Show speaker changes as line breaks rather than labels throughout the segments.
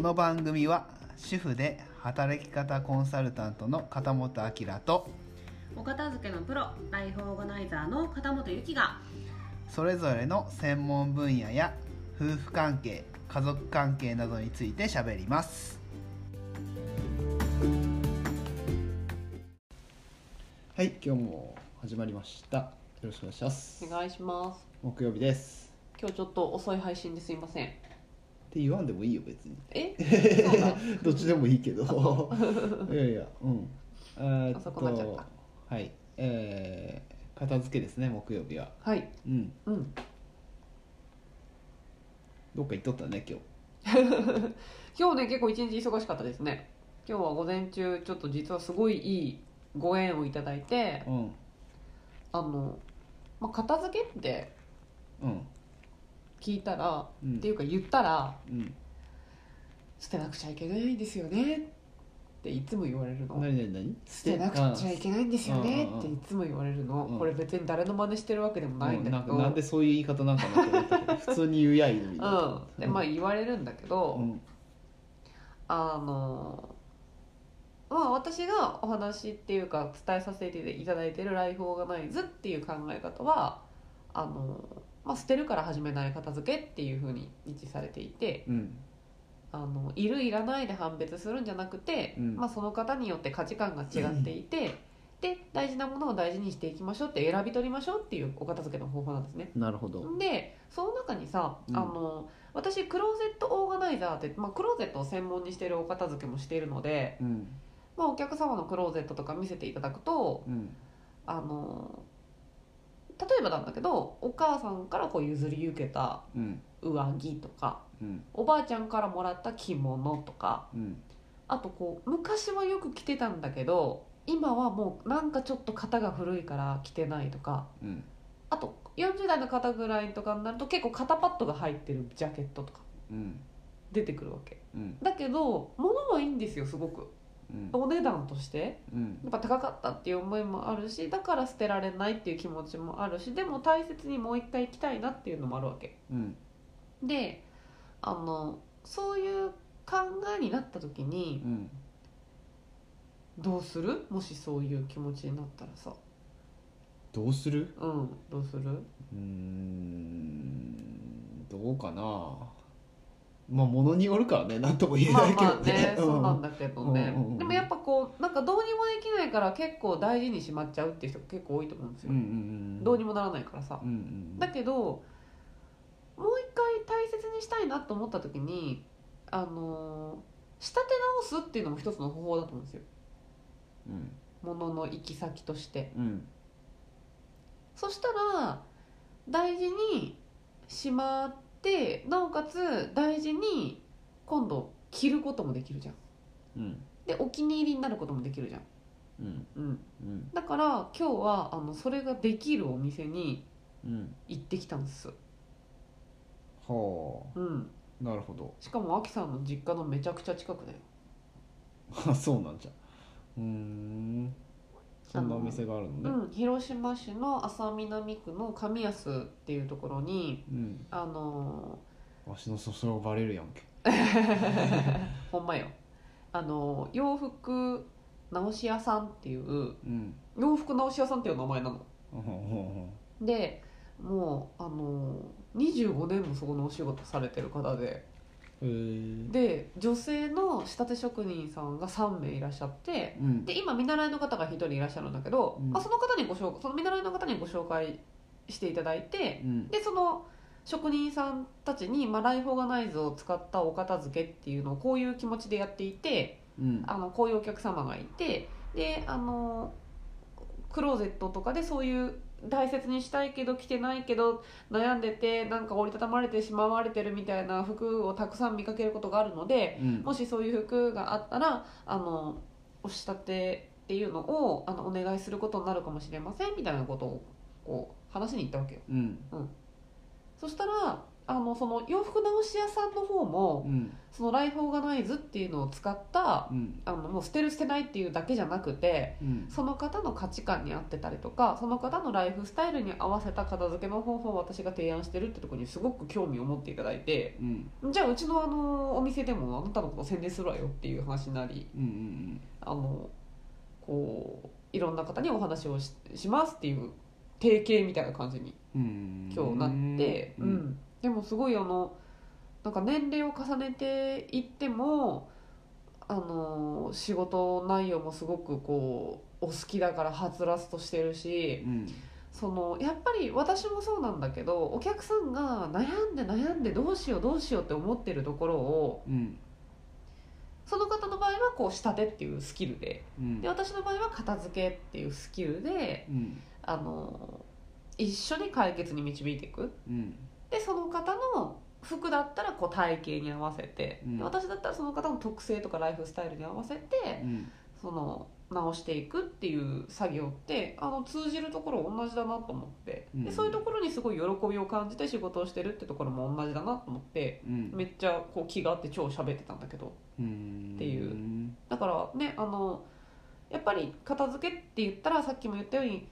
の番組は主婦で働き方コンサルタントの片本明と
お片付けのプロライフオーガナイザーの片本由紀が
それぞれの専門分野や夫婦関係家族関係などについてしゃべりますはい今日も始まりましたよろしくお願いします
お願いします
木曜日です
今日ちょっと遅い配信ですいません
って言わんでもいいよ別に
えそうだ
どっちでもいいけど いやいやうんえーっ
遅くなっちゃった
はいえー、片付けですね木曜日は
はい
うん
うん
どっか行っとったね今日
今日ね結構一日忙しかったですね今日は午前中ちょっと実はすごいいいご縁をいただいて
うん
あの、まあ、片付けって
うん
聞いたら、
う
っ
ん
ていうか言ったら
うん
捨てなくちゃいけないんですよねっていつも言われるの
何何何
捨てなくちゃいけないんですよねっていつも言われるの、
うん
これ別に誰の真似してるわけでも
あ
ないんだ
な
け
ん
ど、
か
うん
なんでそういう言い方なんかなと思ったけど普通に言うやいるみたいな
でまあ言われるんだけど、
うん
あのまあ私がお話っていうか伝えさせていただいてるライフオーガナイズっていう考え方はあの、まあ、捨てるから始めない片付けっていうふうに一致されていて、
うん
あのいるいらないで判別するんじゃなくて、
うん
まあ、その方によって価値観が違っていて、で大事なものを大事にしていきましょうって選び取りましょうっていうお片付けの方法なんですね。
なるほど
でその中にさ、
うん
あの私クローゼットオーガナイザーって、まあ、クローゼットを専門にしてるお片付けもしているので、
うん
まあ、お客様のクローゼットとか見せていただくと
うん
あの例えばなんだけどお母さんからこう譲り受けた
うん
上着とか
うん
おばあちゃんからもらった着物とか
うん
あとこう昔はよく着てたんだけど今はもうなんかちょっと型が古いから着てないとか
うん
あと40代の方ぐらいとかになると結構肩パッドが入ってるジャケットとか
うん
出てくるわけ
うん
だけど物もいいんですよすごく
うん
お値段として
うん
やっぱ高かったっていう思いもあるしだから捨てられないっていう気持ちもあるしでも大切にもう一回着たいなっていうのもあるわけ
うん
であのそういう考えになった時に
うん
どうするもしそういう気持ちになったらさ
どうする
うんどうする
うーんどうかなまあものによるからね何とも言え
ま
な
あ
いけ
ま
ど
あね
ねうん
そうなんだけどね、
うんうんうん
でもやっぱこうなんかどうにもできないから結構大事にしまっちゃうっていう人結構多いと思うんですよ、
うんうんうん
どうにもならないからさ、
うんうん
だけどもう一回大切にしたいなと思った時にあのー仕立て直すっていうのも一つの方法だと思うんですよ
うん
物の行き先として
うん
そしたら大事にしまってなおかつ大事に今度着ることもできるじゃん
うん
でお気に入りになることもできるじゃん、
うん
うん、
うん
だから今日はあのそれができるお店に
うん
行ってきたんです、
は
うん、
あなるほど
しかもあきさんの実家のめちゃくちゃ近くだよ
あそうなんじゃうーんそんなお店があるのね
うん、広島市の安佐南区の上安っていうところに
うん
あの
わしのそそれをバレるやんけ
ー、ほんまよあのー洋服直し屋さんっていう
うん
洋服直し屋さんっていう名前なの
うんうん
でもうあのー、25年もそこのお仕事されてる方で
うんへえ
で女性の仕立て職人さんが3名いらっしゃって
うん
で今見習いの方が1人いらっしゃるんだけど、
うん
まあ、その方にご紹その見習いの方にご紹介していただいて
うん
でその職人さんたちに、まあ、ライフオーガナイズを使ったお片付けっていうのをこういう気持ちでやっていて
うん
あのこういうお客様がいてであのクローゼットとかでそういう大切にしたいけど着てないけど悩んでてなんか折りたたまれてしまわれてるみたいな服をたくさん見かけることがあるので
うん
もしそういう服があったらあのお仕立てっていうのをあのお願いすることになるかもしれませんみたいなことをこう話しに行ったわけよ
うん
そしたらあのその洋服直し屋さんの方も
うん
そのライフオーガナイズっていうのを使った
うん
あのもう捨てる捨てないっていうだけじゃなくて
うん
その方の価値観に合ってたりとかその方のライフスタイルに合わせた片付けの方法を私が提案してるってところにすごく興味を持っていただいて
うん
じゃあうちのあのお店でもあなたのこと宣伝するわよっていう話になり
うんうん
あのこういろんな方にお話をししますっていう提携みたいな感じに
うん
今日なって、
う
うんんでもすごいあのなんか年齢を重ねていってもあの仕事内容もすごくこうお好きだからはつらつとしてるし
うん
そのやっぱり私もそうなんだけどお客さんが悩んで悩んでどうしようどうしようって思ってるところを
うん
その方の場合はこう仕立てっていうスキルで
うん
で私の場合は片付けっていうスキルで
うん
あの一緒に解決に導いていく
うん
でその方の服だったらこう体型に合わせて、
うん
で私だったらその方の特性とかライフスタイルに合わせ
う
て
ん
その直していくっていう作業ってあの通じるところ同じだなと思って
う
で
ん
そういうところにすごい喜びを感じて仕事をしてるってところも同じだなと思って
うん
めっちゃこう気があって超喋ってたんだけど
うん
っていうだからねあのやっぱり片付けって言ったらさっきも言ったように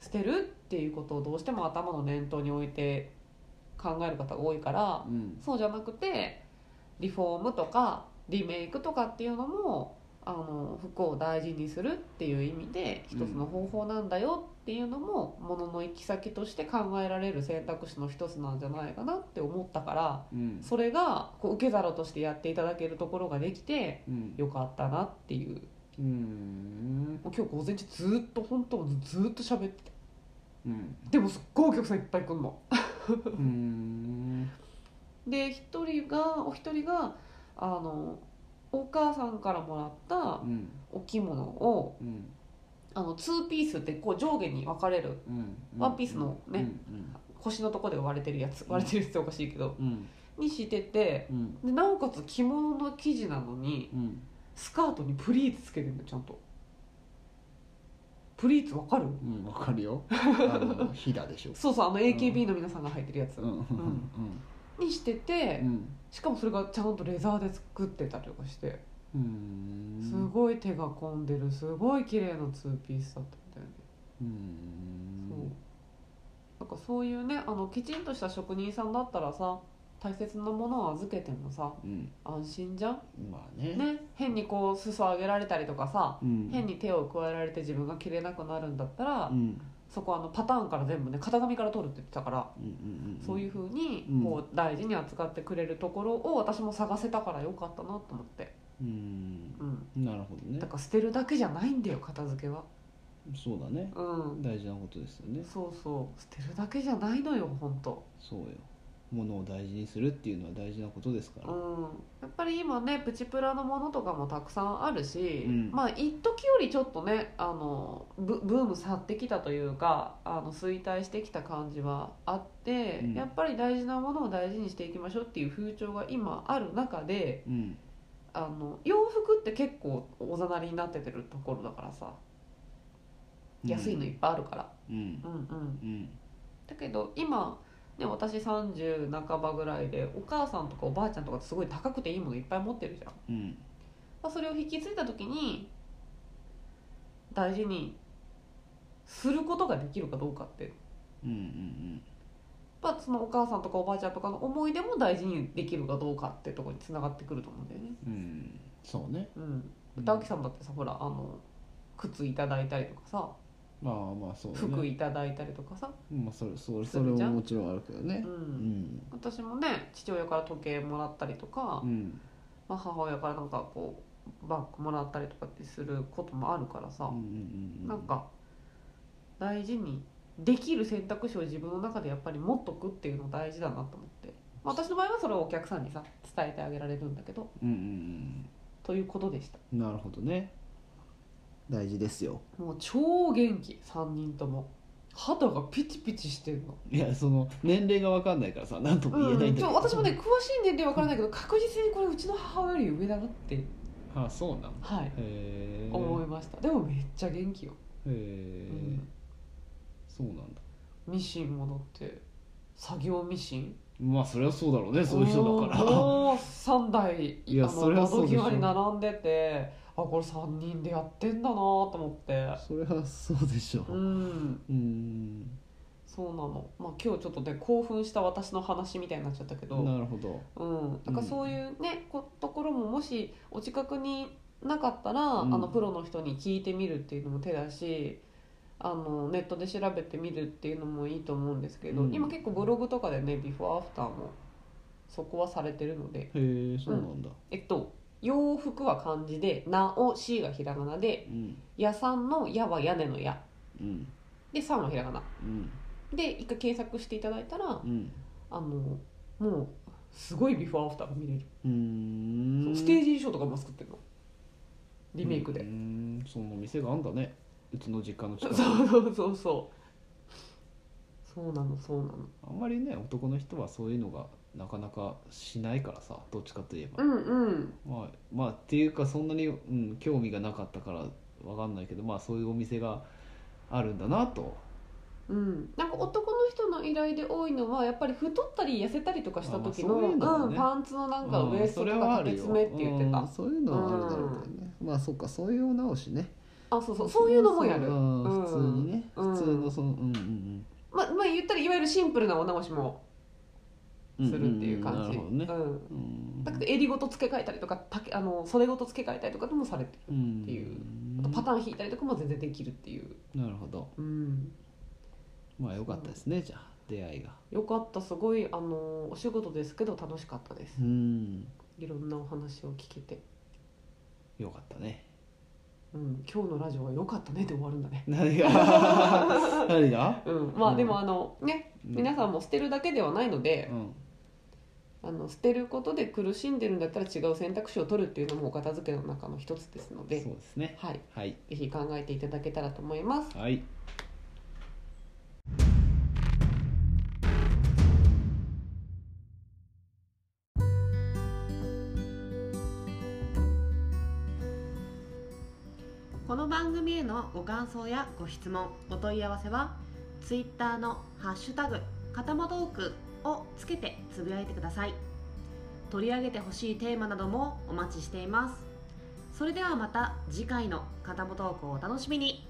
捨てるっていうことをどうしても頭の念頭に置いて考える方が多いから
うん
そうじゃなくてリフォームとかリメイクとかっていうのもあの服を大事にするっていう意味で一つの方法なんだよっていうのも、ものの行き先として考えられる選択肢の一つなんじゃないかなって思ったから
うん
それがこう受け皿としてやっていただけるところができて
うん
よかったなっていう
うん
もう今日午前中ずーっと本当ずーっと喋ってた
うん
でもすっごいお客さんいっぱい来んの
うん
で一人がお一人があのお母さんからもらった
うん
お着物を
うん
あの2ピースってこう上下に分かれる
うん
ワンピースのね
うん
腰のとこで割れてるやつ割れてるやつっておかしいけど
うん
にしてて
うん
でなおかつ着物の生地なのに
うん
スカートにプリーツつけてんのちゃんとプリーツわかる
うんわかるよあのヒダでしょ
そうそうあの AKB の皆さんが履いてるやつ、
うんうん
にしてて、
うん
しかもそれがちゃんとレザーで作ってたりとかして、
うん
すごい手が込んでるすごい綺麗なツーピースだったみたいな、
うん
そうなんかそういうねあのきちんとした職人さんだったらさ大切なものを預けてもさ
うん
安心じゃん
まあね
ね変にこう裾上げられたりとかさ
うん
変に手を加えられて自分が着れなくなるんだったら、
うん
そこはあのパターンから全部ね型紙から取るって言ってたから、
うんうんうん
そういうふうに
うん
こう大事に扱ってくれるところを私も探せたからよかったなと思って、
うん
うん、
なるほどね
だから捨てるだけじゃないんだよ片付けは
そうだね
うん
大事なことですよね
そうそう捨てるだけじゃないのよ本当
そうよ物を大事にするっていうのは大事なことですか
う
ら
んやっぱり今ねプチプラのものとかもたくさんあるし、
うん
まあ一時よりちょっとねあのブブーム去ってきたというかあの衰退してきた感じはあって、
うん
やっぱり大事なものを大事にしていきましょうっていう風潮が今ある中で
うん
あの洋服って結構おざなりになっててるところだからさ安いのいっぱいあるから、
うん
うんうん、
うん
だけど今、ね、私30半ばぐらいでお母さんとかおばあちゃんとかってすごい高くていいものいっぱい持ってるじゃん、
うん
まあ、それを引き継いだ時に大事にすることができるかどうかって、
うんうん
まあ、そのお母さんとかおばあちゃんとかの思い出も大事にできるかどうかってところにつながってくると思うんだよね
うんうんそうね
うん歌きさんだってさほらあの靴いただいたりとかさ
まあまあそうだ
服
ね
いただいたりとかさ、
まあそれそれ
す
それ
るじゃ
も
ん
もちろんあるけどね
う、
うんん
私もね父親から時計もらったりとか
う、ん
まあ、母親からなんかこうバッグもらったりとかってすることもあるから
う
さ
んう、ん
なんか大事にできる選択肢を自分の中でやっぱり持っとくっていうの大事だなと思って、まあ、私の場合はそれをお客さんにさ伝えてあげられるんだけど
うんうん
ということでした
うんなるほどね大事ですよ
もう超元気3人とも肌がピチピチしてるの、
いやその年齢が分かんないからさ何とも言えないんだけ
ち
ど、
ょ私もね詳しい年齢わからないけど確実にこれうちの母親より上だなって
あそうなんだ
はい、
へえ
思いましたでもめっちゃ元気よ、
へえ、
うん
そうなんだ
ミシンもだって作業ミシン
まあそりゃそうだろうねそういう人だから
もう3台
いや
あの
そりゃそう
窓
でしょ
際に並んでてあこれ3人でやってんだなと思って
そりゃそうでしょ
う
うんうーん
そうなの、まあ、今日ちょっとね興奮した私の話みたいになっちゃったけど、
なるほど
うん、だからそういうね、こところももしお近くになかったら、
うん
あのプロの人に聞いてみるっていうのも手だしあのネットで調べてみるっていうのもいいと思うんですけど、
うん
今結構ブログとかでねビフォーアフターもそこはされてるので
へえそうなんだ
えっと洋服は漢字で「なおし」がひらがなで
うん
「屋さん」の「や」は屋根の「や
うん」
で「さん」はひらがな
うん
で一回検索していただいたら
うん
あのもうすごいビフォーアフターが見れる、
うーん
ステージ衣装とかも作ってるのリメイクで、
うーんその店があんだねうちの実家の近くに
そうそうそうそうそうなのそうなの
あんまりね男の人はそういうのがなかなかしないからさどっちかといえば、
うんうん
まあまあっていうかそんなに、うん、興味がなかったからわかんないけどまあそういうお店があるんだなと
うん、なんか男の人の依頼で多いのはやっぱり太ったり痩せたりとかした時
あ
の
まあそういうのはね
うん、パンツのなんか
うん
ウエスト
それ
と
は
か
あ
縦
るよ
詰めって言ってた
うんそういうのはあるだろうけどね、まあそうかそういうお直しね
あそうそうそういうのもやる、
うん
うん
普通にね、
うん
普通のそのうんうん
まあまあ言ったらいわゆるシンプルなお直しも
うん
するっていう感じ、
うんうんなるほどね、
うん
うん
だけど襟ごと付け替えたりとかたあの袖ごと付け替えたりとかでもされてる
ん
っていうあとパターン引いたりとかも全然できるっていう、
なるほど
うん、
まあ良かったですねじゃあ出会いが
よかったすごいあのお仕事ですけど楽しかったです
うん
いろんなお話を聞けて、
良かったね
うん、今日のラジオは良かったねで終わるんだね
何が 何が
うん、ま
う
あ
ん
でもあのね皆さんも捨てるだけではないので
う、ん
あの捨てることで苦しんでるんだったら違う選択肢を取るっていうのもお片付けの中の一つですので
そうですね
はい
はい
ぜひ考えていただけたらと思います
はい
この番組へのご感想やご質問お問い合わせは Twitter の「ハッシュタグかたまトーク」をつけてつぶやいてください取り上げてほしいテーマなどもお待ちしていますそれではまた次回の「かたまトーク」をお楽しみに